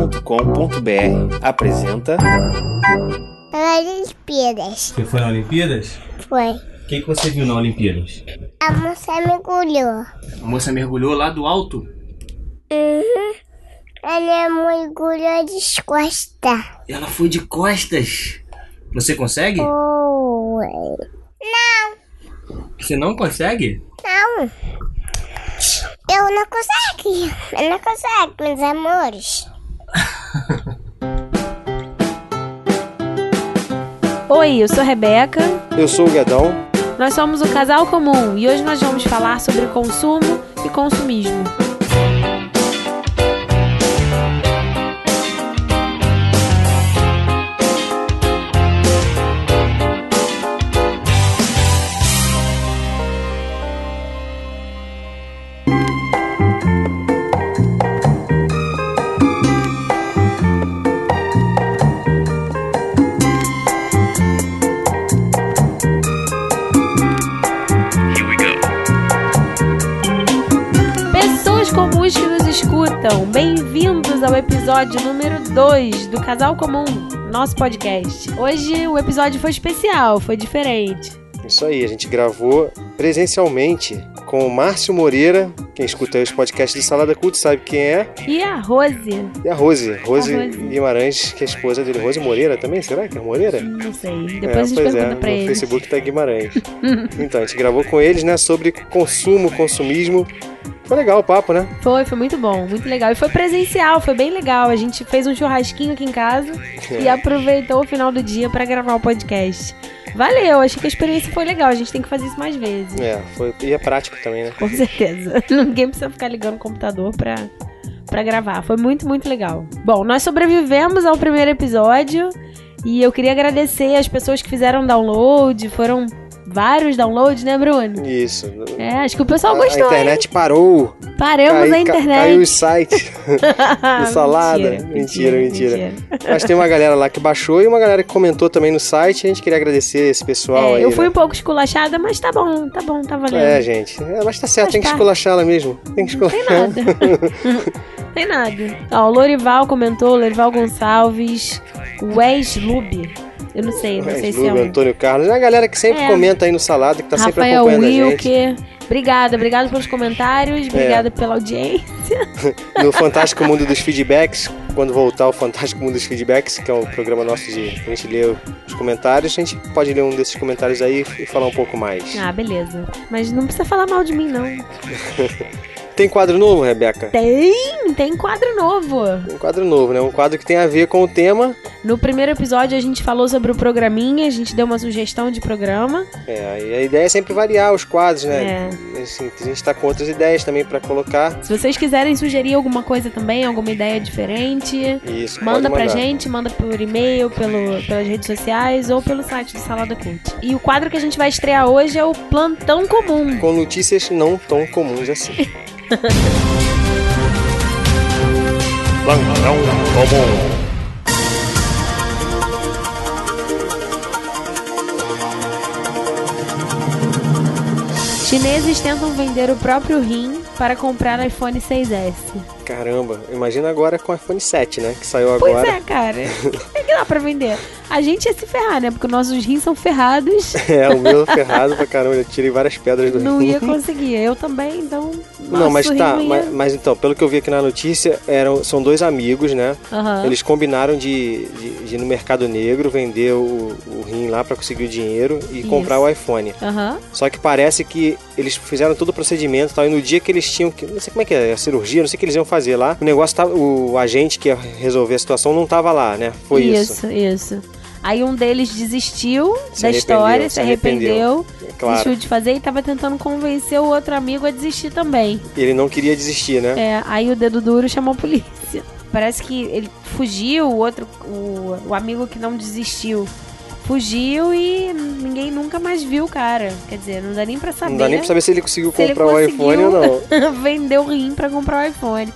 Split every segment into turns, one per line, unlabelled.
Saladacult.com.br apresenta.
Olimpíadas.
Você foi na Olimpíadas?
Foi.
O que, que você viu na Olimpíadas?
A moça mergulhou.
A moça mergulhou lá do alto?
Uhum. Ela mergulhou de costa.
Ela foi de costas. Você consegue?
Oi. Não,
Você não consegue?
não. Eu não consigo. Eu não consigo, meus amores.
Oi, eu sou a Rebeca.
Eu sou o Gadão.
Nós somos o Casal Comum e hoje nós vamos falar sobre consumo e consumismo. Pessoas comuns que nos escutam, bem-vindos ao episódio número 2 do Casal Comum, nosso podcast. Hoje o episódio foi especial, foi diferente.
Isso aí, a gente gravou presencialmente com o Márcio Moreira. Quem escuta os podcasts do Salada Cult sabe quem é.
E a Rose?
E a Rose, Rose,
Rose.
Guimarães, que é a esposa dele. Rose Moreira também? Será que é Moreira?
Não sei,
é,
depois a gente
pois
pergunta
é,
pra
no
eles.
Facebook tá Guimarães. então, a gente gravou com eles, né, sobre consumo, consumismo. Foi legal o papo, né?
Foi, foi muito bom, muito legal. E foi presencial, foi bem legal. A gente fez um churrasquinho aqui em casa e
É.
aproveitou o final do dia pra gravar o podcast. Valeu, achei que a experiência foi legal. A gente tem que fazer isso mais vezes.
É, foi, e é prático também, né?
Com certeza. Ninguém precisa ficar ligando o computador pra, pra gravar. Foi muito, muito legal. Bom, nós sobrevivemos ao primeiro episódio e eu queria agradecer as pessoas que fizeram download. Foram vários downloads, né, Bruno?
Isso.
É, acho que o pessoal
Ah, a, a
gostou. hein?
internet parou.
Paramos
Cai-
a
ca- Caiu o
internet.
site.
Mentira,
salada. Mentira, mentira. Mas tem uma galera lá que baixou e uma galera que comentou também no site. A gente queria agradecer esse pessoal
É,
aí.
eu fui
né?
um pouco esculachada, mas tá bom, tá bom, tá valendo.
É, gente. É, mas tá certo,
Mas
tem que
tá.
esculachar ela mesmo. Tem que
Tem
esculachar.
nada. Tem nada. Ó, o Lorival comentou, o Lorival Gonçalves, o Wes Lube. Eu não sei, não sei se é
Lube,
um.
Antônio Carlos. É a galera que sempre
É.
comenta aí no salado, que tá sempre
Rafael
acompanhando a gente. É.
Wilker. Obrigada, obrigada pelos comentários, obrigada pela audiência.
No Fantástico Mundo dos Feedbacks. Quando voltar o Fantástico Mundo dos Feedbacks, que é o programa nosso de que a gente lê os comentários, a gente pode ler um desses comentários aí e falar um pouco mais.
Ah, beleza. Mas não precisa falar mal de mim, não.
Tem quadro novo, Rebeca?
Tem, tem quadro novo.
Um quadro novo, né? Um quadro que tem a ver com o tema.
No primeiro episódio a gente falou sobre o programinha, a gente deu uma sugestão de programa.
É, e a ideia é sempre variar os quadros, né?
É.
Assim, a gente tá com outras ideias também pra colocar.
Se vocês quiserem sugerir alguma coisa também, alguma ideia diferente,
Isso,
manda
pode
pra
mandar.
gente, manda por e-mail, pelo, pelas redes sociais ou pelo site do Salada Cult. E o quadro que a gente vai estrear hoje é o Plantão Comum.
Com notícias não tão comuns assim. Plantão comum.
Chineses tentam vender o próprio rim para comprar iPhone 6S.
Caramba, imagina agora com o iPhone 7, né? Que saiu
Pois
agora.
é, cara. O que, que dá pra vender? A gente ia se ferrar, né? Porque nossos rins são ferrados.
É, o meu ferrado pra caramba, eu tirei várias pedras do
Não
rim.
ia conseguir. Eu também, então.
Não, mas
nosso
tá,
rim
mas,
ia-
mas então, pelo que eu vi aqui na notícia, eram, são dois amigos, né?
Aham.
Eles combinaram de, de- de ir no mercado negro, vender o, o rim lá pra conseguir o dinheiro e
Isso.
comprar o iPhone.
Aham.
Só que parece que eles fizeram todo o procedimento e tal, e no dia que eles tinham que. Não sei como é que é, a cirurgia, não sei o que eles iam fazer lá. O negócio tava. O agente que ia resolver a situação não tava lá, né? Foi isso.
isso. Isso, Aí um deles desistiu
Se
da
arrependeu,
história,
se
se arrependeu,
É Claro.
desistiu de fazer e tava tentando convencer o outro amigo a desistir também.
E Ele não queria desistir, né?
É, aí o dedo duro chamou a polícia. Parece que ele fugiu, o outro, o, o amigo que não desistiu, fugiu e ninguém nunca mais viu o cara. Quer dizer, não dá nem pra É, saber.
Não dá nem pra saber se ele conseguiu
se ele
comprar o iPhone ou não.
Vendeu o rim pra comprar o iPhone.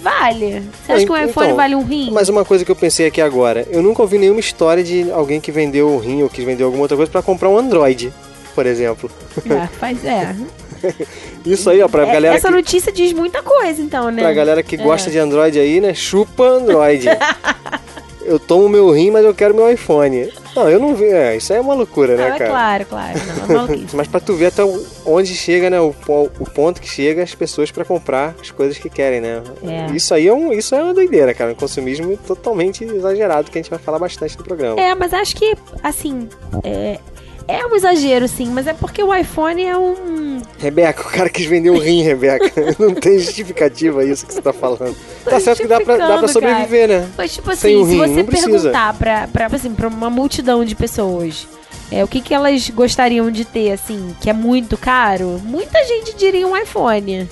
Vale! Você
É,
acha que um
então,
iPhone vale um rim?
Mas uma coisa que eu pensei aqui agora, eu nunca ouvi nenhuma história de alguém que vendeu o rim ou que vendeu alguma outra coisa pra comprar um Android, por exemplo.
Ah, faz é.
Isso aí, ó, pra
É,
galera
Essa
que,
notícia diz muita coisa, então, né?
pra galera que gosta de Android aí, né? Chupa Android. eu tomo meu rim, mas eu quero meu iPhone. Não, eu não vi. É, isso aí é uma loucura,
Não,
né,
é
cara?
claro, claro. Não, é maluquice.
Mas pra tu ver até o- onde chega, né? O, po- o ponto que chega as pessoas pra comprar as coisas que querem, né?
É.
Isso aí é, um, isso é uma doideira, cara. Um consumismo totalmente exagerado que a gente vai falar bastante no programa.
É, mas acho que, assim, é, é um exagero, sim, mas é porque o iPhone é um.
Rebeca, o cara quis vender o rim, Rebeca. Não tem justificativa isso que você tá falando. Tá
Tô
certo que dá pra, dá pra
justificando,
sobreviver, né?
Mas, tipo assim,
Sem o
se
rim,
você
não precisa.
perguntar pra, pra, assim, pra uma multidão de pessoas é, o que, que elas gostariam de ter, assim, que é muito caro, muita gente diria um iPhone.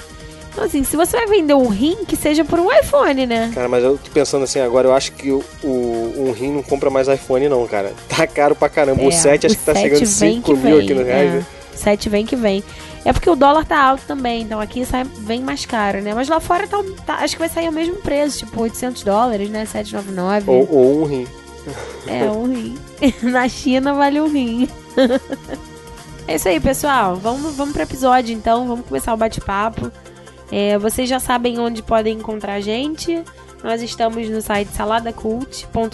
Então, assim, se você vai vender um rim, que seja por um iPhone, né?
Cara, mas eu tô pensando assim agora, eu acho que o, o- um rim não compra mais iPhone, não, cara. Tá caro pra caramba.
É,
o 7 acho que tá
sete
chegando
vem
5
que
mil
vem,
aqui no
é.
reais. né?
O 7 vem que vem. É porque o dólar tá alto também, então aqui sai bem mais caro, né? Mas lá fora tá, tá- acho que vai sair o mesmo preço, tipo 800 dólares, né? 799.
Ou, ou um rim.
É, um rim. Na China vale um rim. é isso aí, pessoal. Vamos, vamos pro episódio, então. Vamos começar o bate-papo. É, vocês já sabem onde podem encontrar a gente. Nós estamos no site saladacult.com.br.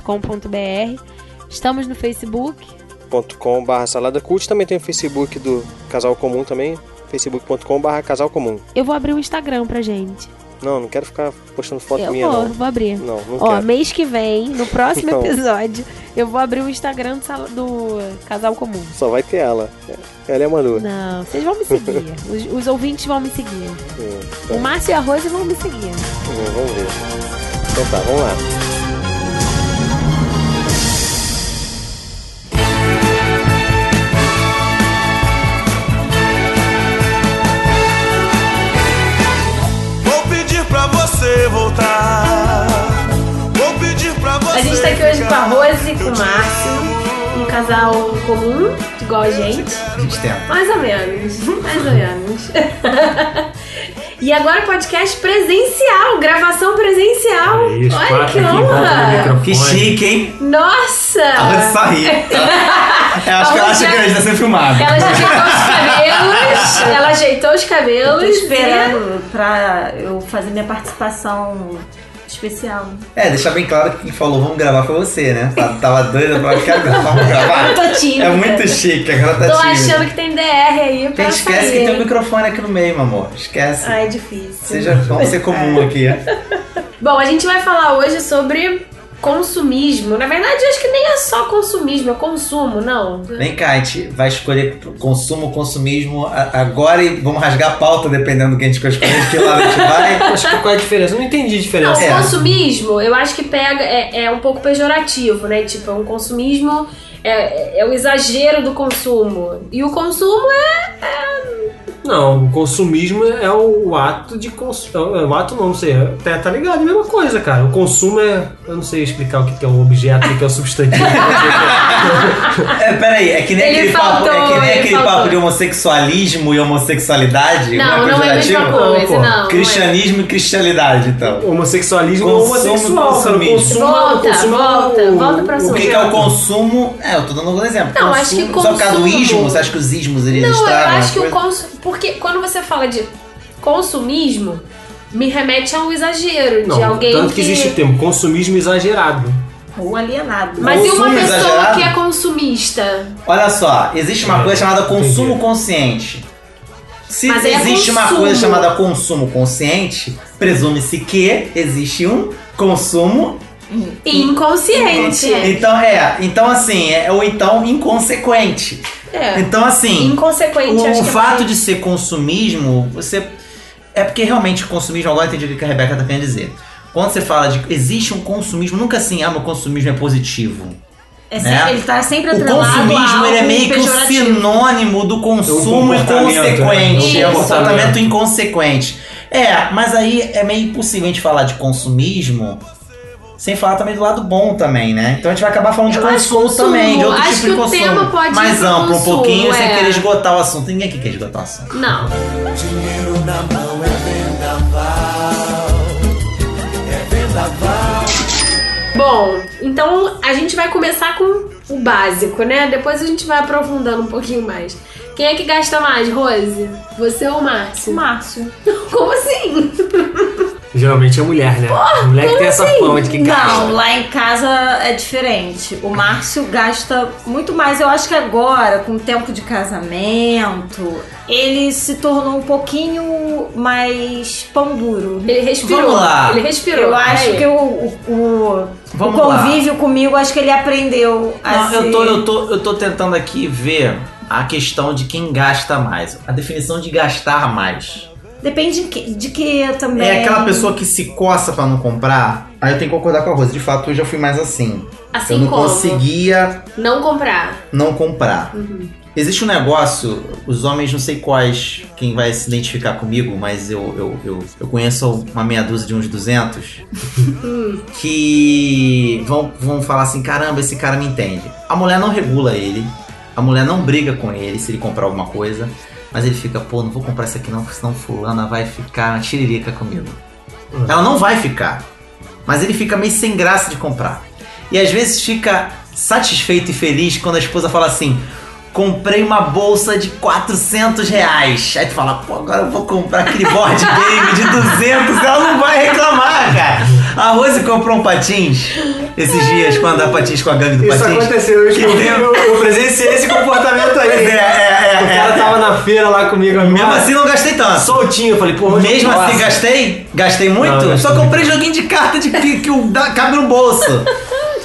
Estamos no Facebook.
facebook.com.br salada cult. Também tem o Facebook do Casal Comum também, facebook.com.br casal comum.
Eu vou abrir o Instagram pra gente.
Não, não quero ficar postando foto
Eu
minha,
vou,
não.
vou abrir.
Não, não
Ó,
quero.
mês que vem, no próximo
Não.
episódio, eu vou abrir o Instagram do, sala- do Casal Comum.
Só vai ter ela. Ela é a Manu.
Não, vocês vão me seguir. Os- os ouvintes vão me seguir.
É, tá.
O Márcio e a Rose vão me seguir.
Bom, hum, Vamos ver. Então tá, vamos lá.
Vou pedir pra você voltar. Vou pedir pra você.
A gente tá aqui hoje com a
ficar.
Rose e com
Eu
o
te
Márcio, um casal comum, igual a gente.
A gente tenta.
Mais ou menos, mais ou menos. e agora podcast presencial, gravação presencial.
Aí, os
Olha
quatro
que
aqui em volta do
honra!
microfone.
Que chique, hein?
Nossa!
Ela sorri. Eu acho que ela acha que a gente tá sendo filmado.
Ela já ajeitou os cabelos, ela ajeitou os
Eu
cabelos.
tô
né?
esperando pra eu fazer minha participação especial.
É, deixar bem claro que quem falou vamos gravar foi você, né? Tá- Tava doida pra quero gravar, vamos
Eu
gravar.
tô tímida.
É muito chique, agora
Tô
tá tímida.
achando que tá tem DR aí pra
Gente, esquece
fazer.
que tem um microfone aqui no meio, meu amor. Esquece.
Ai, é difícil.
Seja, vamos ser
É.
comum aqui.
Bom, a gente vai falar hoje sobre consumismo. Na verdade, eu acho que nem é só consumismo, é consumo, não.
Vem cá, a gente vai escolher consumo, consumismo a- agora e vamos rasgar a pauta dependendo do que a gente quer escolher, de que lado a gente vai.
Acho que qual é a diferença? Eu não entendi a
Não,
diferença.
É.
consumismo, eu acho que pega é, é um pouco pejorativo, né? Tipo, é um consumismo é, é o exagero do consumo. E o consumo é
Não, o consumismo é o ato de consumo. O ato não, não sei. Tá, tá ligado, é a mesma coisa, cara. O consumo é. Eu não sei explicar o que que é o objeto, o que que é o substantivo.
É, peraí, é que nem
Ele
aquele, papo, é
faltou,
que nem
ele
aquele
faltou.
papo de homossexualismo e homossexualidade.
Não,
uma
não
coisa
é a mesma
relativa?
coisa, não, não é.
Cristianismo e cristianidade, então.
Homossexualismo é
Consumo,
homossexual, cara. O consumo, é
Volta,
o consumo
volta,
é o,
volta pra
O
o
que, que é o consumo? É, eu tô dando um exemplo.
Não, acho que
Só por causa do
consumo-
ismo? Você acha que os ismos eles
Não, eu
estragam as
acho que o
coisas?
consumo. Porque quando você fala de consumismo, me remete a um exagero de
Não,
alguém
tanto que existe o termo consumismo exagerado.
Ou alienado.
Mas e uma
Consumo
pessoa
exagerado?
que é consumista?
Olha só, existe uma
É,
coisa chamada consumo
entendi.
consciente. Se
Mas é
existe uma
consumo.
coisa chamada consumo consciente, presume-se que existe um consumo.
Inconsciente.
Então é, então assim, é, ou então inconsequente.
É.
Então assim,
Inconsequente,
o, o
acho
é
que é
fato de ser consumismo, você. É porque realmente o consumismo, agora eu entendi o que a Rebeca tá querendo dizer. Quando você fala de existe um consumismo, nunca assim, ah, meu consumismo é positivo.
é sempre-
né?
Ele tá sempre
O
atrelado a
consumismo
algo
ele é meio que um
pejorativo.
sinônimo do consumo
É um comportamento,
inconsequente.
né?
É um
Isso.
comportamento inconsequente. É, mas aí é meio impossível a gente falar de consumismo sem falar também do lado bom também, né? Então a gente vai acabar falando de
Eu acho
consumo
consumo.
também, de outro
Acho
tipo
que
de
o
consumo.
tema pode ir
Mais
pro
amplo um
consumo,
pouquinho sem
é.
querer esgotar o assunto. Ninguém aqui quer esgotar o assunto.
Não.
Dinheiro na mão é vendaval. É vendaval.
Bom, então a gente vai começar com o básico, né? Depois a gente vai aprofundando um pouquinho mais. Quem é que gasta mais, Rose? Você ou o Márcio?
Márcio.
Como assim?
Geralmente é mulher, né? mulher que tem essa fama de que gasta.
assim? Não, lá em casa é diferente. O Márcio gasta muito mais. Eu acho que agora, com o tempo de casamento, ele se tornou um pouquinho mais pão duro.
Ele respirou.
Vamos lá.
Ele respirou.
Eu acho
Peraí.
que o, o- o- o
Vamos lá.
convívio comigo, acho que ele aprendeu a
Não, eu,
ser-
assim.
tô, eu, tô, eu tô tentando aqui ver a questão de quem gasta mais. A definição de gastar mais.
Depende de que, de que também.
É aquela pessoa que se coça pra não comprar. Aí eu tenho que concordar com a Rose. De fato, eu já fui mais assim.
Assim
eu não
como.
conseguia
Não comprar.
não comprar. Existe um negócio, os homens não sei quais, quem vai se identificar comigo, mas eu, eu, eu, eu conheço uma meia dúzia de uns 200 que vão, vão falar assim: caramba, esse cara me entende. A mulher não regula ele, a mulher não briga com ele se ele comprar alguma coisa, mas ele fica: pô, não vou comprar isso aqui não, porque senão Fulana vai ficar tiririca comigo.
Hum.
Ela não vai ficar, mas ele fica meio sem graça de comprar. E às vezes fica satisfeito e feliz quando a esposa fala assim: comprei uma bolsa de 400 reais. Aí tu fala, pô, agora eu vou comprar aquele board game de 200, ela não vai reclamar, cara. A Rose comprou um patins esses dias, quando andava patins com a gangue do
Isso
patins.
aconteceu, eu, escrevi, eu, eu presenciei esse comportamento aí. Ah.
Pois é, é,
O
é,
cara
é.
tava na feira lá comigo.
Mesmo assim não gastei tanto.
soltinho, eu falei, pô, hoje
Mesmo
eu
assim,
faço.
gastei? Gastei muito?
Não, gastei
Só comprei joguinho de carta de que, que eu dá- cabe no bolso.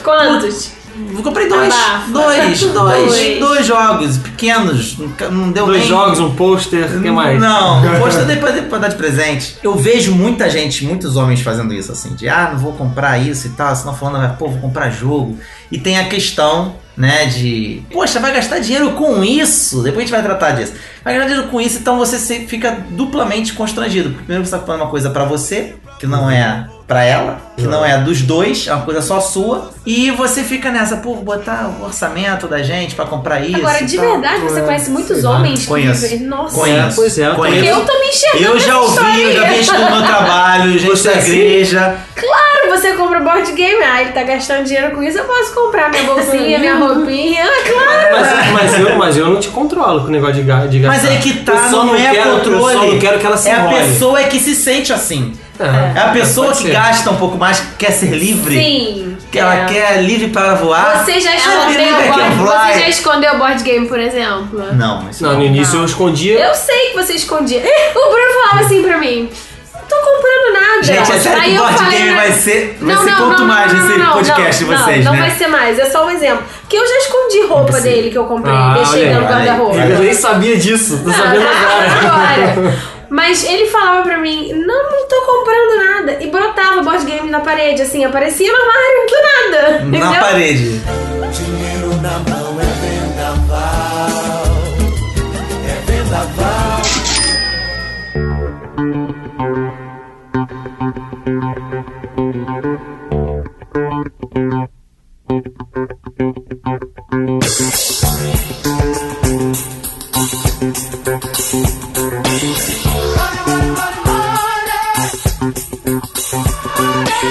Quantos?
Eu comprei dois.
Abafa.
Dois, dois.
Dois.
Dois jogos pequenos. nunca- Não deu
Dois
nem.
jogos, um pôster, o que mais?
Não, o pôster depois pra dar de presente. Eu vejo muita gente, muitos homens fazendo isso, assim, de ah, não vou comprar isso e tal, senão falando, ah, pô, vou comprar jogo. E tem a questão, né, de, poxa, vai gastar dinheiro com isso? Depois a gente vai tratar disso. Vai gastar dinheiro com isso, então você se- fica duplamente constrangido. porque Primeiro você tá falando uma coisa pra você, que não é pra ela, que não é dos dois, é uma coisa só sua. E você fica nessa, pô, vou botar o orçamento da gente pra comprar isso.
Agora,
e
de
tal.
verdade, você
É, Sei
conhece muitos
lá.
homens que
Conheço.
vivem- Nossa.
Conheço.
Pois é, eu
conheço.
Eu tô me enxergando.
Eu já
nessa
ouvi, eu
história.
já vi isso no meu trabalho, gente
Você
da
assim?
igreja.
Claro, você compra board game, ah, ele tá gastando dinheiro com isso, eu posso comprar minha bolsinha, minha roupinha. Ah, claro.
Mas, mas eu, mas eu não te controlo com o negócio de, ga- de gastar.
Mas é que tá,
Eu só
não, é
quero,
controle.
Eu só não quero que ela se
É a
enrole.
pessoa que se sente assim. É a pessoa
pode
que
ser.
gasta um pouco mais, quer ser livre.
Sim.
Que ela
é.
quer livre para voar.
Você já
Ela
escondeu
liga
o
que
board
vai.
Você já escondeu o board game, por exemplo?
Não, isso
Não,
não.
no início eu escondia.
Eu sei que você escondia. O Bruno falava assim pra mim: Não tô comprando nada.
Gente, é sério que
Aí
o
eu
board
falei,
game
né?
vai ser. Vai
não,
ser
não,
quanto
não,
mais
não, não,
nesse
não,
podcast de
não,
vocês,
não, Não vai
né?
ser mais, é só um exemplo. Porque eu já escondi roupa dele que eu comprei,
Ah, olha
deixei
aí,
dentro do
é. olha aí.
guarda-roupa.
Eu nem sabia disso, tô sabendo agora.
Agora. Mas ele falava pra mim, não, não tô comprando nada. E brotava board game na parede, assim, aparecia no armário do nada. entendeu?
Na parede.
Dinheiro na mão é vendaval, é vendaval.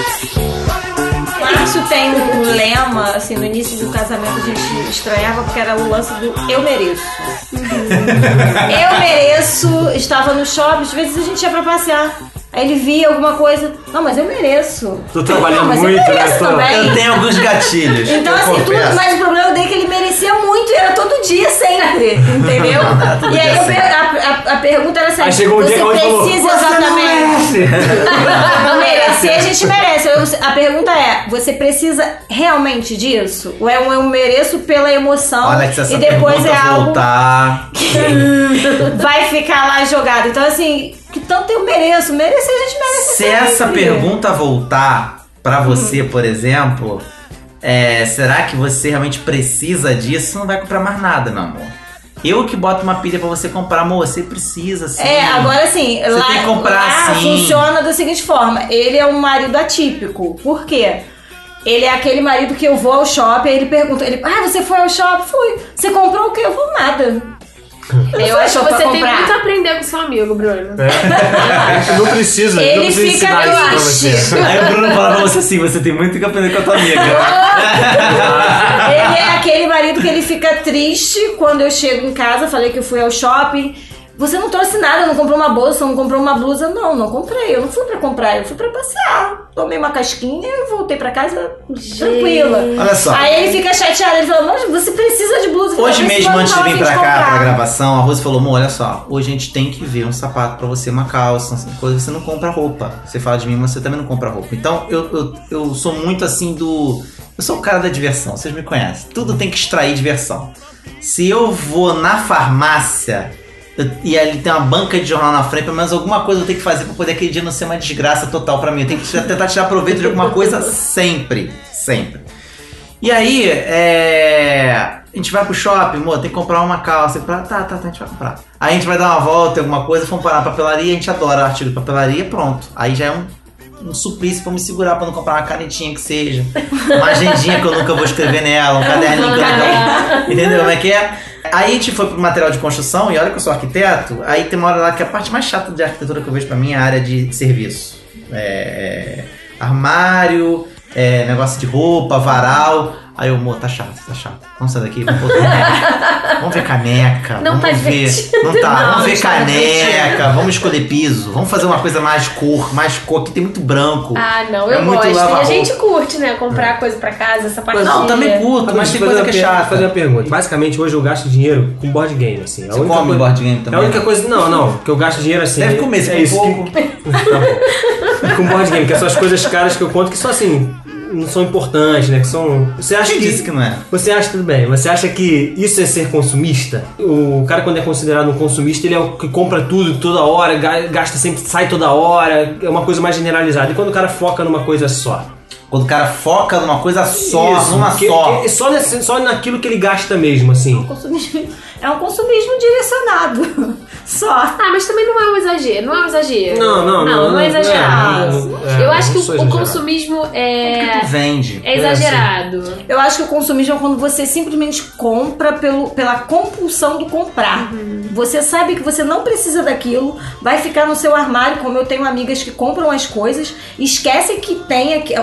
O Márcio tem um lema, assim, no início do casamento a gente estranhava porque era o lance do eu mereço. eu mereço, estava no shopping, às vezes a gente ia pra passear. Aí ele via alguma coisa, não, mas eu mereço.
Tô trabalhando
não, mas
muito,
eu
né,
mereço
tô-
Eu
também.
tenho alguns gatilhos.
Então,
eu
assim, tudo,
confesso.
mas o problema dele é que ele merecia muito e era todo dia sempre, entendeu?
todo
e aí
dia
eu per- a, a- a pergunta era assim:
Aí chegou o
você
dia que a Rose falou,
precisa
"Você não
exatamente.
merece."
Não merecer, a gente merece. Eu- a pergunta é: você precisa realmente disso? Ou é um eu mereço pela emoção
Olha que se essa
e depois é
pergunta
algo
voltar.
que vai ficar lá jogado? Então, assim, que tanto eu mereço? Merecer, a gente merece.
Se essa
sempre.
pergunta voltar pra você, por exemplo, é, será que você realmente precisa disso? Não vai comprar mais nada, meu amor. Eu que boto uma pilha pra você comprar, amor, você precisa sim.
É, agora assim, lá,
tem que comprar
lá
assim.
funciona da seguinte forma: ele é um marido atípico. Por quê? Ele é aquele marido que eu vou ao shopping, aí ele pergunta, ele, ah, você foi ao shopping? Fui. Você comprou o quê? Eu vou nada. Eu acho que
Você
você
tem muito a
comprar.
aprender com seu amigo, Bruno.
Não precisa,
Ele
não precisa
fica
ensinar
no
isso pra
ar.
você.
Aí o Bruno fala pra você assim: você tem muito que aprender com a tua amiga.
Ele é aquele marido que ele fica triste quando eu chego em casa, falei que eu fui ao shopping. Você não trouxe nada, não comprou uma bolsa, não comprou uma blusa. Não, não comprei. Eu não fui pra comprar, eu fui pra passear. Tomei uma casquinha e voltei pra casa tranquila.
Olha só.
Aí ele fica chateado, ele fala, mas você precisa de blusa. eu falei,
Hoje
"Mas
mesmo,
eu não
antes de
tava
vir
afim
pra cá,
comprar."
pra gravação, a Rose falou, amor, olha só, hoje a gente tem que ver um sapato pra você, uma calça, uma coisa, você não compra roupa. Você fala de mim, mas você também não compra roupa. Então, eu, eu, eu sou muito assim do... Eu sou o cara da diversão, vocês me conhecem. Tudo tem que extrair diversão. Se eu vou na farmácia eu- e ali tem uma banca de jornal na frente, pelo menos alguma coisa eu tenho que fazer pra poder aquele dia não ser uma desgraça total pra mim. Eu tenho que tirar- tentar tirar proveito de alguma coisa sempre, sempre. E aí, é... a gente vai pro shopping, amor, tem que comprar uma calça. Pra... Tá, tá, tá, a gente vai comprar. Aí a gente vai dar uma volta, alguma coisa, vamos parar na papelaria, a gente adora artigo de papelaria, pronto. Aí já é um, um suplício pra me segurar pra não comprar uma canetinha que seja, uma agendinha que eu nunca vou escrever nela, um caderninho que eu nunca vou... Entendeu como é que é? Aí a gente foi pro material de construção, e olha que eu sou arquiteto, aí tem uma hora lá que a parte mais chata de arquitetura que eu vejo pra mim é a área de serviço. É, é, armário, é, negócio de roupa, varal. Aí eu, amor, tá chato, tá chato. Vamos sair daqui, vamos botar caneca. Vamos ver caneca.
Não
vamos
tá
ver.
divertido,
Não tá,
não,
vamos ver
está
caneca, vamos escolher piso, vamos fazer uma coisa mais cor, mais cor, aqui tem muito branco.
Ah, não,
É
eu
muito
gosto. E a
lava-roupa.
gente curte, né? Comprar coisa pra casa, essa parte
não, também curto, mas
Mas
tem
fazer
coisa
uma
que é
per-
chata.
fazer uma pergunta. Basicamente, hoje eu gasto dinheiro com board game, assim. É a
Você
única
come
coisa-
board game
É a
também? né?
única coisa. Não, não. Que eu gasto dinheiro assim.
Deve comer, você
é
come
isso.
pouco.
que- Tá bom. com board game, que são as coisas caras que eu conto que são assim. Não são importantes, né? Que são. Você acha
Quem
que.
disse que não é?
Você acha, tudo bem, você acha que isso é ser consumista? O cara, quando é considerado um consumista, ele é o que compra tudo toda hora, ga- gasta sempre, sai toda hora, é uma coisa mais generalizada. E quando o cara foca numa coisa só?
Quando o cara foca numa coisa só,
Isso,
numa
que-
só.
que- só, nesse- só naquilo que ele gasta mesmo, assim.
Consumismo- É um consumismo direcionado. Só.
Ah, mas também não é um exagero, não é um exagero.
Não, não, não,
não. Não,
não,
é exagerado.
não, não, é,
eu
não
acho que
sou
o, o
exagerado.
consumismo é,
Tu vende.
é exagerado.
Eu acho que o consumismo é quando você simplesmente compra pelo, pela compulsão do comprar. Você sabe que você não precisa daquilo, vai ficar no seu armário, como eu tenho amigas que compram as coisas, esquecem que tem aqui-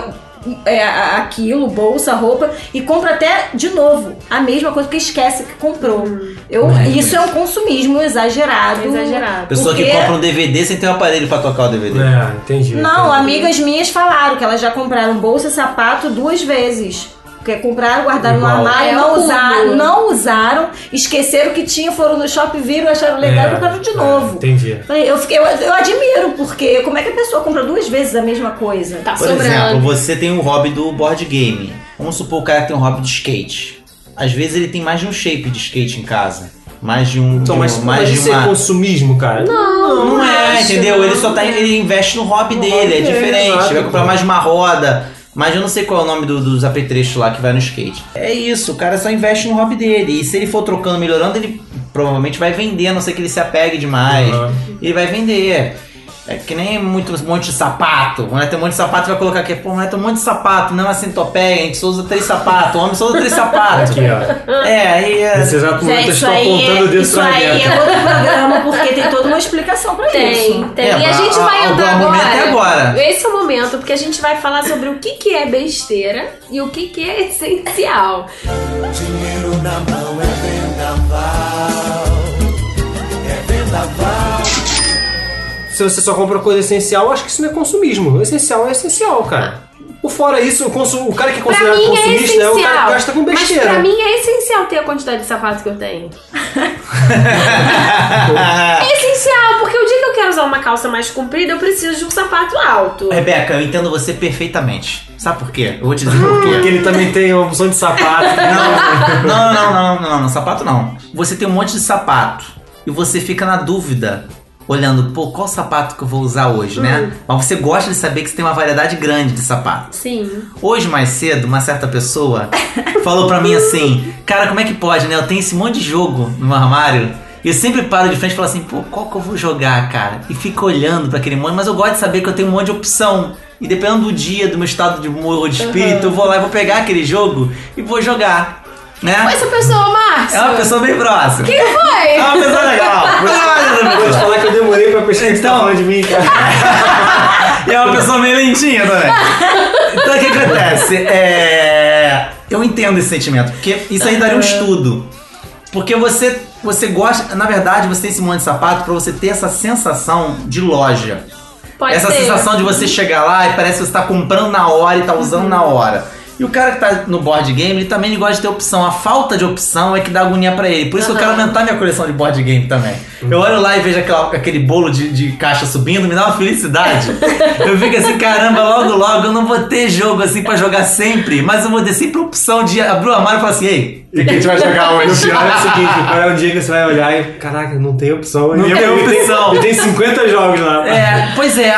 é, a- aquilo, bolsa, roupa, e compra até de novo a mesma coisa que esquece que comprou. Eu,
É,
isso é um consumissomismo exagerado.
É exagerado.
Pessoa que
Porque-
compra um DVD sem ter um aparelho pra tocar o DVD.
Tá
É, entendi.
Não,
entendi.
amigas minhas falaram que elas já compraram bolsa e sapato duas vezes. Porque compraram, guardaram
Igual.
no armário,
É,
não,
o
usaram,
cúmulo.
não usaram, esqueceram que tinha, foram no shopping, viram, acharam legal e compraram de
é,
novo.
entendi.
Falei, Eu, fiquei, eu, eu admiro, porque como é que a pessoa compra duas vezes a mesma coisa?
Tá
Por
sobrando.
exemplo, você tem um hobby do board game. Vamos supor o cara que tem um hobby de skate. Às vezes ele tem mais de um shape de skate em casa. Mais de um.
Então,
de um-
mas,
mais
mas
de
isso é
uma.
consumismo, cara?
Não, não é,
acho,
entendeu?
não.
Ele só tá. Ele investe no hobby
No
dele,
hobby
é
dele,
diferente.
exato,
vai comprar
pô.
mais uma roda. Mas eu não sei qual é o nome do- dos apetrechos lá que vai no skate. É isso, o cara só investe no hobby dele. E se ele for trocando, melhorando, ele provavelmente vai vender, a não ser que ele se apegue demais.
Aham.
Ele vai vender. É que nem muito, um monte de sapato. Mulher tem um monte de sapato vai colocar aqui. Pô, mulher tem um monte de sapato, não é uma centopeia, a gente só usa três sapatos. O homem só usa três sapatos.
Aqui, ó.
É, aí é.
Nesse exato momento
Gente,
eu
isso
estou
aí,
apontando o
é,
dedo
isso
pra
aí
dentro.
é outro programa, porque tem toda uma explicação pra isso.
Tem, tem.
É,
e a
mas
gente
a-
vai
a-
entrar
o momento é agora.
Esse é o momento, porque a gente vai falar sobre o que, que é besteira e o que, que é essencial.
Dinheiro na mão é vendaval. É vendaval.
Se você só compra coisa essencial, eu acho que isso não é consumismo. O essencial é essencial, cara. Por fora isso, o, consu- o cara que é
Pra
considerado
mim é
consumista é,
essencial.
o cara que gasta com besteira.
Mas pra mim é essencial ter a quantidade de sapatos que eu tenho. É essencial, porque o dia que eu quero usar uma calça mais comprida, eu preciso de um sapato alto.
Rebeca, eu entendo você perfeitamente. Sabe por quê? Eu vou te dizer por quê.
Porque ele também tem a opção de sapato.
Não, não, não, não, não, não, não, sapato não. Você tem um monte de sapato e você fica na dúvida, olhando, pô, qual sapato que eu vou usar hoje, né? Mas você gosta de saber que você tem uma variedade grande de sapatos.
Sim.
Hoje mais cedo, uma certa pessoa falou pra mim assim: Cara, como é que pode, né? Eu tenho esse monte de jogo no meu armário. E eu sempre paro de frente e falo assim: Pô, qual que eu vou jogar, cara? E fico olhando pra aquele monte, mas eu gosto de saber que eu tenho um monte de opção. E dependendo do dia, do meu estado de humor ou de espírito, eu vou lá e vou pegar aquele jogo e vou jogar.
Foi
né?
essa pessoa, Márcio?
É uma pessoa bem próxima.
Quem foi?
É uma pessoa legal. Então.
Vou te falar que eu demorei pra pensar que você tá falando de mim, cara.
E é uma pessoa meio lentinha também. Então o que acontece? É... Eu entendo esse sentimento, porque isso aí daria um estudo. Porque você, você gosta. Na verdade, você tem esse monte de sapato pra você ter essa sensação de loja.
Pode
essa
ser.
sensação de você chegar lá e parece que você tá comprando na hora e tá usando na
Uhum.
hora. E o cara que tá no board game, ele também ele gosta de ter opção. A falta de opção é que dá agonia pra ele. Por isso que eu quero aumentar minha coleção de board game também. Eu
Uhum.
olho lá e vejo aquela- aquele bolo de, de caixa subindo, me dá uma felicidade. eu fico assim, caramba, logo logo eu não vou ter jogo assim pra jogar sempre. Mas eu vou ter sempre a opção de abrir o armário e falar assim, ei,
E que a gente vai jogar hoje? O pior é o seguinte, o pior é o dia que você vai olhar e, caraca, não tem opção.
Não
E eu-
tem
eu tenho-
opção.
Eu tenho 50 jogos lá.
É, pois é.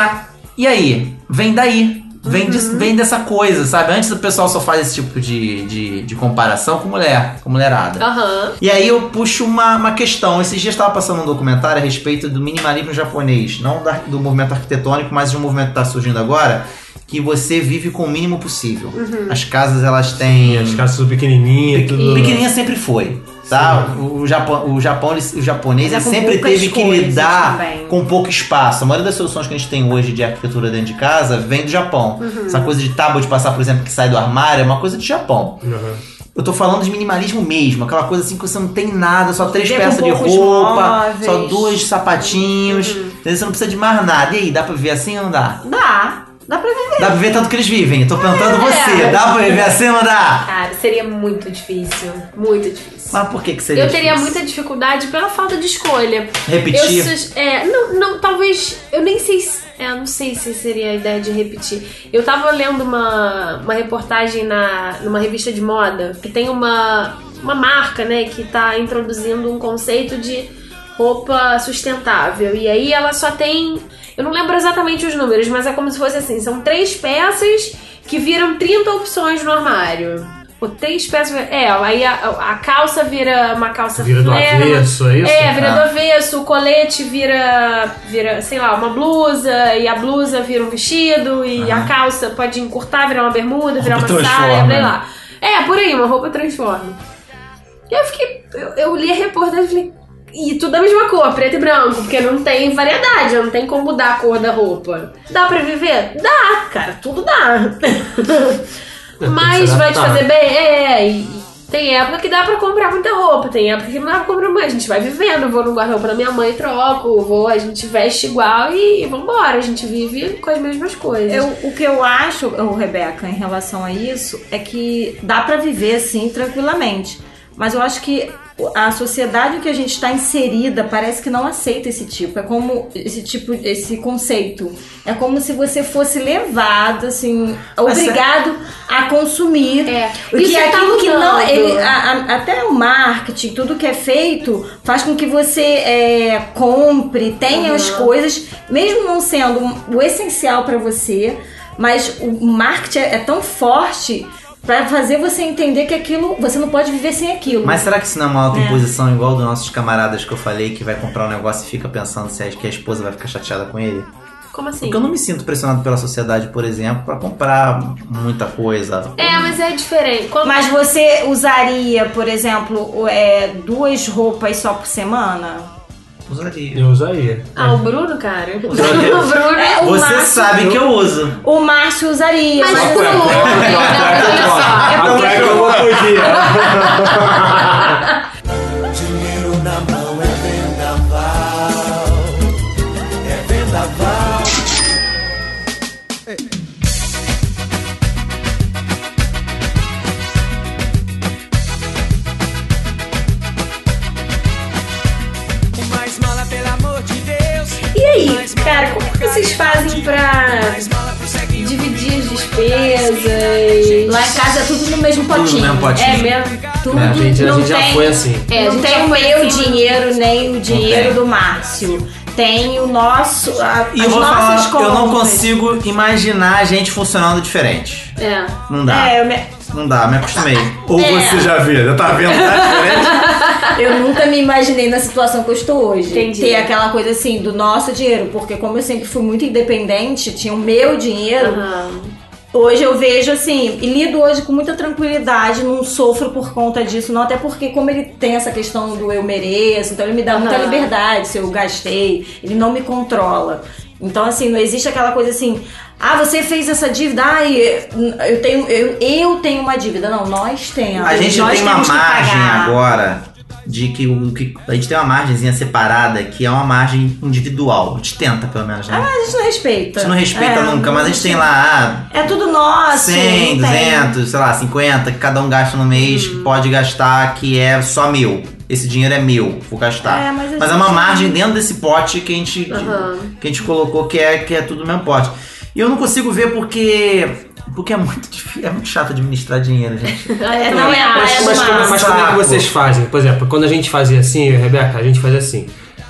E aí? Vem daí. Vem, disso-
Uhum.
vem dessa coisa, sabe? Antes o pessoal só faz esse tipo de, de, de comparação com mulher, com mulherada.
Aham.
E aí eu puxo uma, uma questão. Esses dias estava passando um documentário a respeito do minimalismo japonês. Não da- do movimento arquitetônico, mas de um movimento que está surgindo agora. Que você vive com o mínimo possível.
Uhum.
As casas, elas têm...
As casas são pequenininhas, tudo.
Pequenininha sempre foi, tá? O, Japão, o, Japão, ele- o japonês
Mas é
ele
com
sempre
poucas
teve que
coisas né?
lidar
também.
com pouco espaço. A maioria das soluções que a gente tem hoje de arquitetura dentro de casa vem do Japão.
Uhum.
Essa coisa de tábua de passar, por exemplo, que sai do armário é uma coisa de Japão.
Aham.
Eu tô falando de minimalismo mesmo, aquela coisa assim que você não tem nada, só três
Vê com
peças de
poucos
roupa,
móveis. Uhum.
só dois sapatinhos. entendeu? Você não precisa de mais nada. E aí, dá pra viver assim ou não dá?
Dá. Dá pra viver. É.
Dá pra viver tanto que eles vivem. Eu tô perguntando você, dá pra viver assim ou não dá?
Cara, seria muito difícil. Muito difícil.
Mas por que que seria
Eu teria
difícil?
muita dificuldade pela falta de escolha. Eu
Repetir?
sus- é, não, não, talvez. Eu nem sei. se- É, não sei se seria a ideia de repetir. Eu tava lendo uma, uma reportagem na, numa revista de moda que tem uma, uma marca, né, que tá introduzindo um conceito de roupa sustentável. E aí ela só tem. Eu não lembro exatamente os números, mas é como se fosse assim: são três peças que viram 30 opções no armário. Ou três peças. É, aí a, a calça vira uma calça
Vira do
flare, uma
avesso, é isso?
é, vira
Ah.
do avesso, o colete vira, vira, sei lá, uma blusa, e a blusa vira um vestido, e a calça pode encurtar, virar uma bermuda, virar uma
Roupa
saia,
transforma,
sei
né?
lá. É, por aí, uma roupa transforma. E eu fiquei, eu, eu li a reportagem e falei, e tudo da mesma cor, preto e branco, porque não tem variedade, não tem como mudar a cor da roupa. Dá pra viver? Dá, cara, tudo dá.
que
Mas
se
vai te
adaptar.
fazer bem? É, e tem época que dá pra comprar muita roupa, tem época que não dá pra comprar mais. A gente vai vivendo, eu vou no guarda-roupa da minha mãe, troco, vou, a gente veste igual e, e vambora, a gente vive com as mesmas coisas.
Eu, o que eu acho, ô, Rebeca, em relação a isso, é que dá pra viver assim tranquilamente. Mas eu acho que a sociedade em que a gente está inserida parece que não aceita esse tipo. É como esse tipo, esse conceito. É como se você fosse levado, assim,
Mas
obrigado a consumir.
É.
O
Isso
que é
tá
aquilo que não.
mudando.
ele- a- a- até o marketing, tudo que é feito, faz com que você é, compre, tenha as coisas, mesmo não sendo o essencial pra você, mas o marketing é, é tão forte pra fazer você entender que aquilo. Você não pode viver sem aquilo.
Mas será que isso não é uma autoimposição igual dos nossos camaradas que eu falei que vai comprar um negócio e fica pensando se é que a esposa vai ficar chateada com ele?
Como assim?
Porque eu não me sinto pressionado pela sociedade, por exemplo, pra comprar muita coisa.
É, mas é diferente. Quando-
Mas você usaria, por exemplo, o- é, duas roupas só por semana?
Usaria.
Eu usaria.
Ah, o Bruno, cara. O
Bruno-
Bruno é
Você
máximo-
sabe que eu uso.
O Márcio usaria.
Mas
mas-
o Bruno, olha só.
A cueca eu vou podia.
Dinheiro na mão é vendaval. É vendaval.
E aí, cara, como que vocês fazem pra dividir as despesas?
Lá em casa é tudo no mesmo potinho.
Tudo no mesmo potinho.
É mesmo?
Tudo
É, a gente, a
não
gente já
tem-
foi assim.
É, a
não
gente
tem
já
o
foi
meu
assim.
dinheiro nem o dinheiro do Márcio. Tem o nosso. A,
E
as
eu vou
nossas
falar,
contas.
eu não consigo imaginar a gente funcionando diferente.
É.
Não dá,
É, eu, me-
não dá, me acostumei. Ou
É. você
já vê, já tá vendo, tá diferente?
eu nunca me imaginei na situação que eu estou hoje.
Entendi.
Ter aquela coisa assim do nosso dinheiro, porque como eu sempre fui muito independente, tinha o meu dinheiro.
Aham.
Hoje eu vejo assim, e lido hoje com muita tranquilidade, não sofro por conta disso, não, até porque como ele tem essa questão do eu mereço, então ele me dá muita
Aham.
liberdade, se eu gastei, ele não me controla. Então, assim, não existe aquela coisa assim, ah, você fez essa dívida, ah, e eu tenho, eu, eu tenho uma dívida. Não, nós temos.
A gente
nós
tem uma
temos que
margem
pagar.
agora de que, o, que a gente tem uma margenzinha separada que é uma margem individual. A gente tenta, pelo menos, né?
A gente não respeita.
a gente não respeita
Ah, É,
nunca, mas a gente tem lá
É tudo
ah,
nosso.
100,
não tem. Hum.
200, sei lá, 50 que cada um gasta no mês, que pode gastar, que é só meu. Esse dinheiro é meu, vou gastar.
É, mas, a
Mas é
gente-
uma margem dentro desse pote que a gente,
Aham.
que a gente colocou que é, que é tudo no mesmo pote. E eu não consigo ver porque. Porque é muito difícil, é muito chato administrar dinheiro, gente.
É,
não é
Ah,
a-
Mas,
é
mas,
uma-
como, mas como é que
Saco.
vocês fazem? Por exemplo, quando a gente fazia assim, eu e a Rebeca, a gente fazia assim.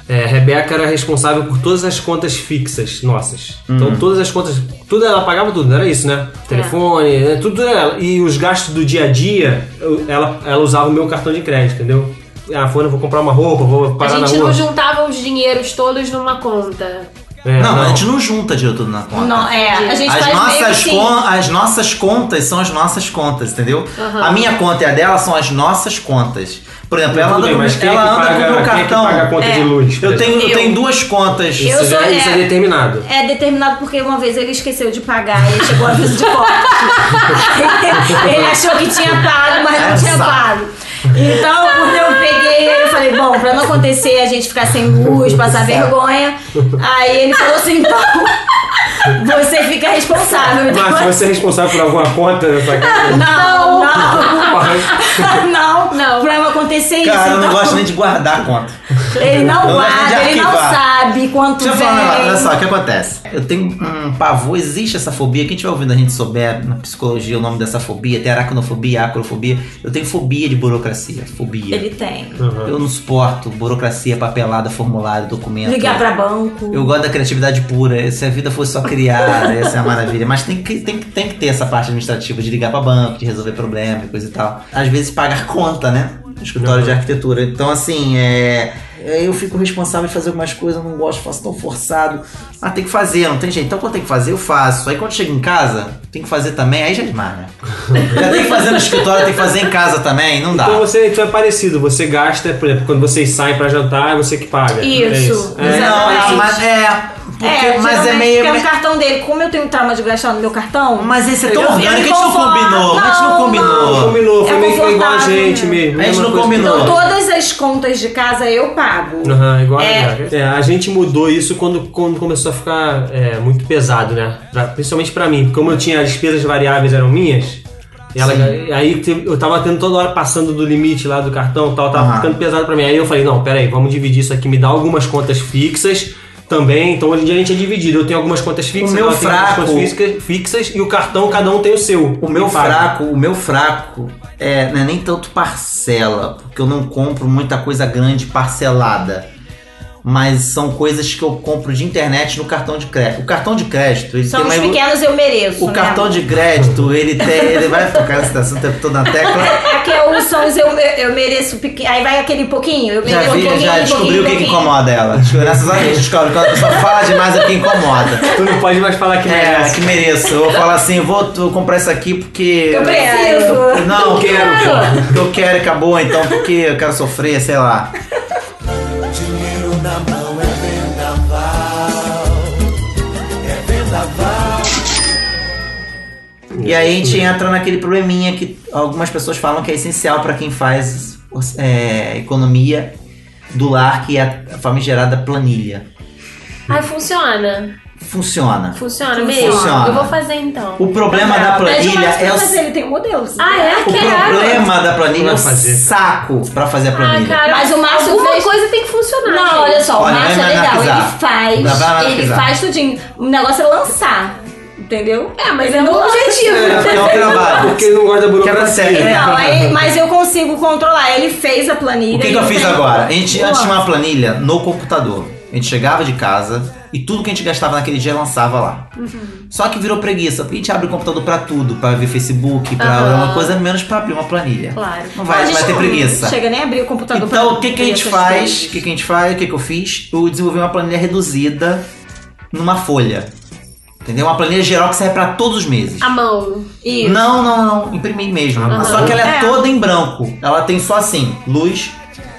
É, a Rebeca era responsável por todas as contas fixas nossas. Então
Uhum.
todas as contas, tudo ela pagava tudo, era isso, né? Telefone, né? tudo era ela. E os gastos do dia a dia, eu- ela, ela usava o meu cartão de crédito, entendeu? Ah, Fona, vou comprar uma roupa, vou
A
parar na
gente
rua.
não juntava os dinheiros todos numa conta.
É,
não, a gente não junta dinheiro tudo na conta.
Não, é, a gente
As
faz meio que
nossas,
assim.
con- as nossas contas são as nossas contas, entendeu? A minha conta e a dela são as nossas contas. Por exemplo, ela
Tudo
anda,
bem,
com-
mas quem é
ela
que
anda
paga,
com o meu
quem é que
cartão.
paga a conta de luz?
Eu tenho, eu
Eu.
tenho duas contas.
Eu
isso,
sou-
já, isso é
é.
determinado.
É determinado porque uma vez ele esqueceu de pagar e chegou a aviso de corte. ele achou que tinha pago, mas não
Essa.
tinha pago. Então, quando eu peguei, eu falei, bom, pra não acontecer a gente ficar sem luz, passar vergonha. Aí ele falou assim, então, você fica responsável. Então,
Mas você é responsável por alguma conta dessa casa?
Não,
Tá.
não, não,
Não.
pra não acontecer
Cara, eu
isso.
não
então,
gosto nem de guardar a conta.
ele não
Eu gosto de
guarda, ele não
arquivar.
sabe quanto
Deixa eu falar um negócio, olha
vem.
só, o que acontece? Eu tenho um pavor, existe essa fobia, quem estiver ouvindo a gente souber na psicologia o nome dessa fobia, tem aracnofobia, acrofobia. Eu tenho fobia de burocracia, fobia.
Ele tem.
Eu não suporto burocracia, papelada, formulário, documento.
Ligar pra banco.
Eu gosto da criatividade pura. Se a vida fosse só criar, essa é a maravilha. Mas tem que, tem, que- tem que ter essa parte administrativa de ligar pra banco, de resolver problema e coisa e tal. Às vezes pagar conta, né? Escritório de arquitetura. Então, assim, é. Eu fico responsável de fazer algumas coisas, eu não gosto, faço tão forçado. Mas tem que fazer, não tem jeito. Então, quando tem que fazer, eu faço. Aí, quando chego em casa, tem que fazer também, aí já é demais, né? Já tem que fazer no escritório, tem que fazer em casa também, não dá.
Então você então é parecido, você gasta, por exemplo, quando vocês saem pra jantar, é você que paga. É
Isso.
isso. É.
Exato.
Não,
Exatamente.
não, mas é. Porque,
é,
mas é
geralmente
meio.
Porque é no cartão dele. Como eu tenho trauma de gastar no meu cartão.
Mas esse é tão
Eu- eu
orgânico que a gente não
concordo.
combinou. a gente não
Não,
combinou.
Não combinou, foi
É
meio que igual a
confortável,
gente
né?
mesmo.
Ah. A gente
mesma
não
coisa.
combinou.
Então todas as contas de casa eu pago.
Aham, igual a
É.
Rebeca. é. A gente mudou isso quando, quando começou a ficar é, muito pesado, né? Pra- principalmente pra mim. Como eu tinha as despesas variáveis eram minhas, e ela, aí te- eu tava tendo toda hora passando do limite lá do cartão e tal, tava
Aham.
ficando pesado pra mim. Aí eu falei, não, peraí, vamos dividir isso aqui, me dá algumas contas fixas também. Então hoje em dia a gente é dividido. Eu tenho algumas contas fixas,
meu
ela tem algumas
fraco-
contas fixas, fixas e o cartão cada um tem o seu.
O meu
E paga.
fraco, o meu fraco é, não é nem tanto parcela, porque eu não compro muita coisa grande parcelada. Mas são coisas que eu compro de internet no cartão de crédito. O cartão de crédito, ele
São
tem
os
uma ilu-
pequenos eu mereço.
O
né,
cartão
amor?
de crédito, ele tem. Ele vai tocar esse assunto o tempo todo na tecla.
Aqui é o- são os eu, eu mereço. pequ- Aí vai aquele pouquinho. Eu
Já é
mereço um
vi,
pouquinho,
já descobri
pouquinho,
o que, que
pouquinho.
incomoda ela. Graças a Deus, descobre. Quando a pessoa fala demais é o que incomoda.
Tu não pode mais falar que
É,
merece.
que mereço. Eu vou falar assim, eu vou eu vou comprar isso aqui porque.
Eu preciso.
Não, eu quero. Porque eu quero e acabou, então, porque eu quero sofrer, sei lá.
Dinheiro na mão é vendaval. É vendaval.
E aí a gente entra naquele probleminha que algumas pessoas falam que é essencial pra quem faz é, economia do lar, que é a famigerada planilha.
Ai, funciona.
Funciona.
Funciona mesmo.
Funciona.
Eu vou fazer então.
O problema da
Pede
planilha
mais
é
pra
o.
fazer, ele tem um modelo. se
Ah,
quiser.
é?
O
Caraca.
problema da planilha é o
Vai fazer.
saco pra fazer a
Ah,
planilha.
cara,
Mas o Márcio
alguma
fez-
coisa tem que funcionar.
Não, olha só,
Olha,
o Márcio é
vai
legal. Ele
anarquizar. Vai
faz.
anarquizar.
Ele faz tudinho. O negócio é lançar. Entendeu? É, mas é um objetivo.
É,
É um trabalho.
Porque ele não gosta da
Que
burocracia.
acontece? né?
Não, aí- mas eu consigo controlar. Ele fez a planilha.
O que, que
ele
eu fiz
tem-
agora? A gente,
Boa.
antes tinha uma planilha no computador. A gente chegava de casa e tudo que a gente gastava naquele dia lançava lá.
Uhum.
Só que virou preguiça, porque a gente abre o computador pra tudo, pra ver Facebook, pra uma coisa menos pra abrir uma planilha.
Claro.
Não vai,
A gente
vai ter
não
preguiça.
Chega nem a abrir o computador pra
Então, o que, que a
ver
gente
essas
faz?
coisas.
O que, que a gente faz? O que, que eu fiz? Eu desenvolvi uma planilha reduzida numa folha. Entendeu? Uma planilha geral que serve pra todos os meses.
A mão. Isso.
Não, não, não. Imprimir mesmo.
Ah,
Só
não.
que ela é,
É.
toda em branco. Ela tem só assim, luz,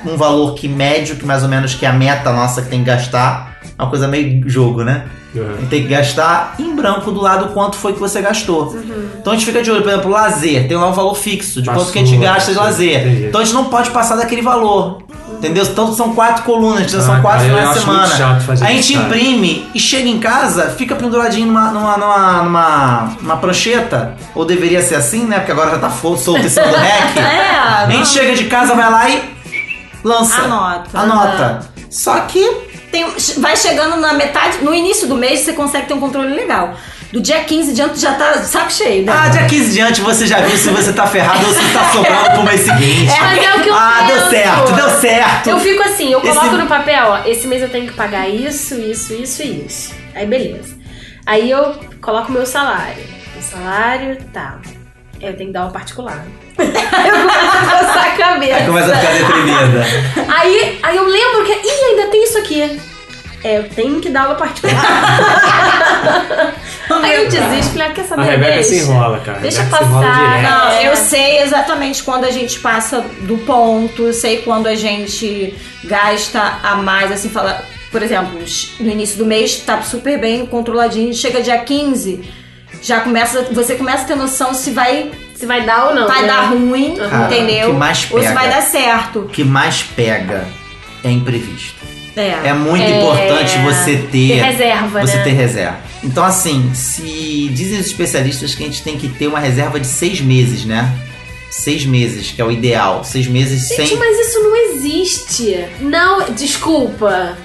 um valor que médio, que mais ou menos que é a meta nossa que tem que gastar. É Uma coisa meio jogo, né?
Uhum.
Tem que gastar em branco do lado quanto foi que você gastou.
Uhum.
Então a gente fica de olho, por exemplo, lazer, tem lá um valor fixo de quanto que a gente
Passou,
gasta de
sim,
lazer.
entendi.
Então a gente não pode passar daquele valor. Entendeu? Então são quatro colunas, então são
Ah,
quatro
cara, eu
finais de
acho muito
semana.
chato fazer
a
isso,
gente
cara.
imprime e chega em casa, fica penduradinho numa, numa, numa, numa, numa prancheta, ou deveria ser assim, né? Porque agora já tá fo- solto em cima do rack.
É,
A gente chega de casa, vai lá e lança.
Anota.
Anota. Só que.
Tem- vai chegando na metade, no início do mês você consegue ter um controle legal. Do dia 15 diante já tá de saco cheio, né?
Ah, dia 15 diante você já viu se você tá ferrado ou se tá sobrando pro mês seguinte.
Mas é o que eu
ah, deu
penso.
certo, deu certo.
Eu fico assim, eu coloco
Esse-
no papel, ó, esse mês eu tenho que pagar isso, isso, isso e isso. Aí beleza. Aí eu coloco meu salário. Meu salário, tá. Eu tenho que dar uma particular. eu começo a coçar a
Aí
cabeça.
começa a ficar deprimida.
Aí, aí eu lembro que. Ih, ainda tem isso aqui. É, eu tenho que dar aula particular. aí eu desisto, falei, ah, quer saber?
A Rebeca se
deixa.
enrola, cara. A
Deixa
Rebeca se enrola
passar.
direto.
Não,
É.
eu sei exatamente quando a gente passa do ponto, eu sei quando a gente gasta a mais, assim, fala, por exemplo, no início do mês tá super bem controladinho, chega dia 15, já começa, você começa a ter noção se vai,
Se vai dar ou não.
vai
né?
dar ruim,
Cara,
entendeu?
o que mais
Ou se
pega.
vai dar certo.
O que mais pega é imprevisto.
É.
É muito
É.
importante você
Tem
ter.
reserva,
Você
né?
ter reserva. Então, assim, se dizem os especialistas que a gente tem que ter uma reserva de seis meses, né? Seis meses, que é o ideal. Seis meses
Gente,
sem.
mas isso não existe. Não, desculpa.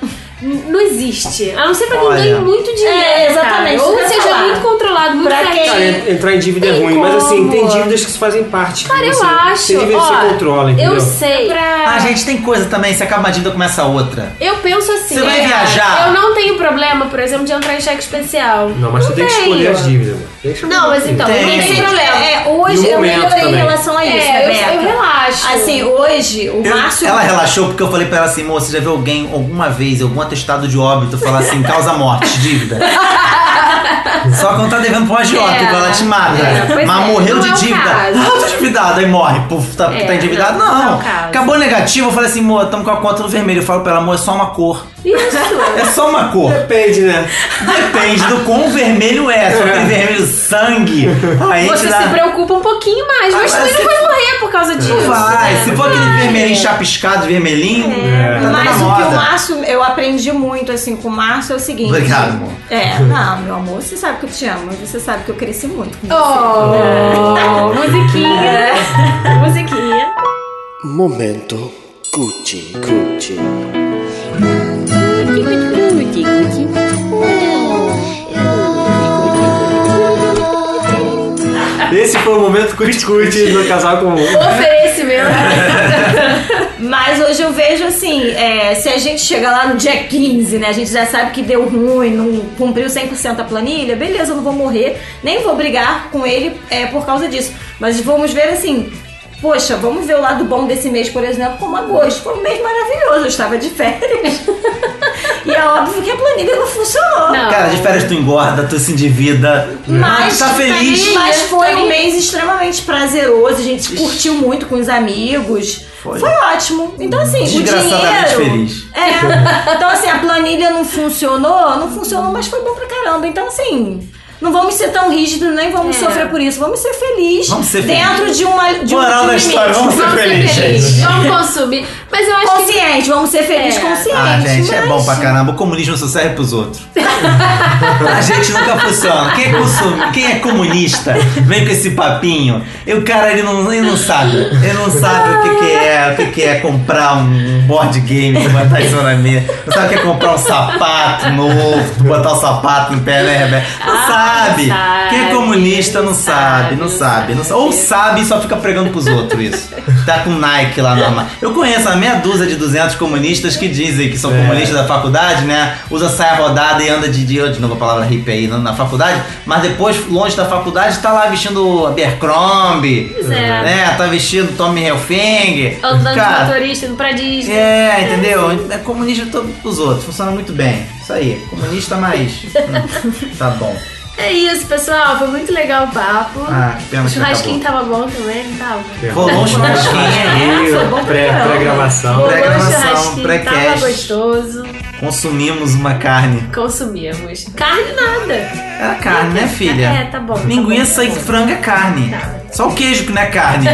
N- Não existe. A não ser pra quem
Olha.
ganha muito dinheiro.
É, exatamente,
cara.
isso que eu
Ou
ia
seja,
falar.
muito controlado, muito
Pra
certinho.
Cara, en- entrar em dívida é
Tem
ruim, mas assim,
como.
tem dívidas que fazem parte.
Cara, eu
Você-
acho,
Tem dívida que
ó,
você controla, entendeu?
Eu sei.
Ah, gente, tem coisa também. Se acaba uma dívida, começa outra.
Eu penso assim.
Você vai
é,
viajar? Hum.
Eu não tenho problema, por exemplo, de entrar em cheque especial.
Não, mas tu tem que
tenho.
escolher as dívidas, mano. Tem que escolher as
Não, mas então,
dívidas.
não tem
Tem.
problema.
E
É, hoje
o
eu
momento
melhorei
também.
em relação a isso,
É, eu, eu
Rebeca.
relaxo.
Assim, hoje, o
Eu-
Márcio.
ela relaxou porque eu falei pra ela assim, moça, você já viu alguém alguma vez, algum atestado de óbito, falar assim, causa morte, dívida. Só quando tá devendo pro agiota,
É.
igual ela te mata.
É, pois
Mas
é,
morreu
não
de
é o
dívida.
caso.
Ah, tô endividado, aí morre. Puf, tá,
É,
tá endividado.
não,
Não.
não é o caso.
Acabou negativo, eu falei assim, moça, tamo com a conta no vermelho. Eu falo pra ela, amor, é só uma cor.
Isso.
É só uma cor.
Depende, né?
Depende do quão vermelho é. Se for aquele vermelho sangue, aí
Você
te dá...
se preocupa um pouquinho mais, mas
Ah,
também
mas
não
se-
vai morrer por causa disso.
Não vai.
né?
Se for aquele vermelhinho chapiscado, vermelhinho,
É.
tá na
Mas o que
moda.
o Márcio, eu aprendi muito assim com o Márcio é o seguinte.
Obrigado, amor.
É, não, meu amor, você sabe que eu te amo, você sabe que eu cresci muito. com
Oh, musiquinha. Musiquinha.
Momento Gucci, Gucci.
Esse foi o momento cuti-cuti do casal com
Oferecimento.
Mas hoje eu vejo assim, é, se a gente chega lá no dia 15, né? A gente já sabe que deu ruim, não cumpriu 100% a planilha, beleza, eu não vou morrer, nem vou brigar com ele é, por causa disso. Mas vamos ver assim, poxa, vamos ver o lado bom desse mês, por exemplo, como agosto. Foi um mês maravilhoso, eu estava de férias. e é óbvio que a planilha não funcionou.
Não.
Cara, de férias tu engorda, tu se endivida.
Mas,
tu tá feliz.
feliz.
mas foi
Também.
um mês extremamente prazeroso, a gente curtiu muito com os amigos.
Foi.
Foi, ótimo. Então, assim, o
Desgraçadamente
dinheiro.
feliz.
É. Então, assim, a planilha não funcionou, não funcionou, mas foi bom pra caramba. Então, assim. Não vamos ser tão rígidos, nem vamos
É.
sofrer por isso. Vamos ser felizes
Vamos ser
dentro de uma. De um-
Moral
de
da
um limite.
história, vamos ser
Vamos
felizes,
ser felizes.
gente.
Vamos consumir. Mas eu acho que.
Consciente, vamos ser felizes
É.
consciente.
Ah, gente, é
mas-
bom pra caramba. O comunismo só serve pros outros. A gente nunca funciona. Quem é, consum- quem é comunista vem com esse papinho. E o cara, ele não, ele não sabe. Ele não sabe o que, que é o que, que é comprar um board game, botar isso na mesa. Não sabe o que é comprar um sapato novo, botar o sapato no pé, né, Rebeca? Não
Ah,
sabe.
não sabe,
Quem é comunista não
não
sabe, não
sabe,
sabe. não
não
sabe. Ou sabe e só fica pregando pros outros isso. Tá com Nike lá na mão. Eu conheço a meia dúzia de 200 comunistas que dizem que são comunistas da faculdade, né? Usa saia rodada e anda de, de, de novo a palavra hippie aí na, na faculdade, mas depois, longe da faculdade, tá lá vestindo Abercrombie,
é.
né? Tá vestindo Tommy Hilfiger.
Andando de
Cara,
motorista, indo pra Disney.
é, entendeu? É comunista todos os outros, funciona muito bem. Isso aí, comunista mais. Hum, tá bom.
É, É isso, pessoal. Foi muito legal o papo.
Ah, que pena
o
que
churrasquinho
acabou.
tava bom também, não tava?
Rolou
Tá
um churrasquinho.
Foi é bom pra
pré-
caramba.
pré-gravação.
Rolou o
Pré-gravação,
churrasquinho, Tava
pré-cast.
gostoso.
Consumimos uma carne.
Consumimos. Carne nada.
Era carne, né, filha?
É, tá bom. tá bom,
Linguiça e
tá bom.
frango é carne.
Tá.
Só o queijo que não é carne.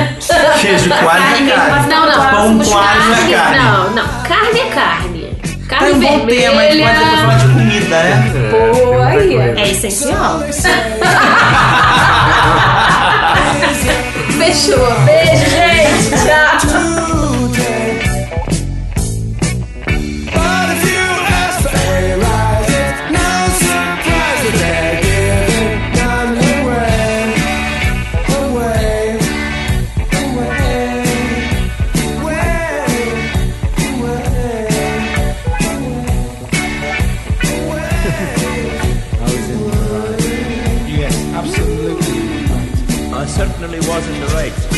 Queijo com alho não é
Mas
carne.
não, não.
Pão com alho não é carne.
Não, não. Carne é carne.
Tá
Carne
um bom tema, a gente pode depois
vermelha.
falar de comida, né?
Boa aí.
É essencial.
Fechou. Beijo, gente. Tchau.
But if you ask for a rise, it's no surprise that they're giving none away, away, away, away, away, away. I was in the right. Yes, absolutely right. I certainly was in the right.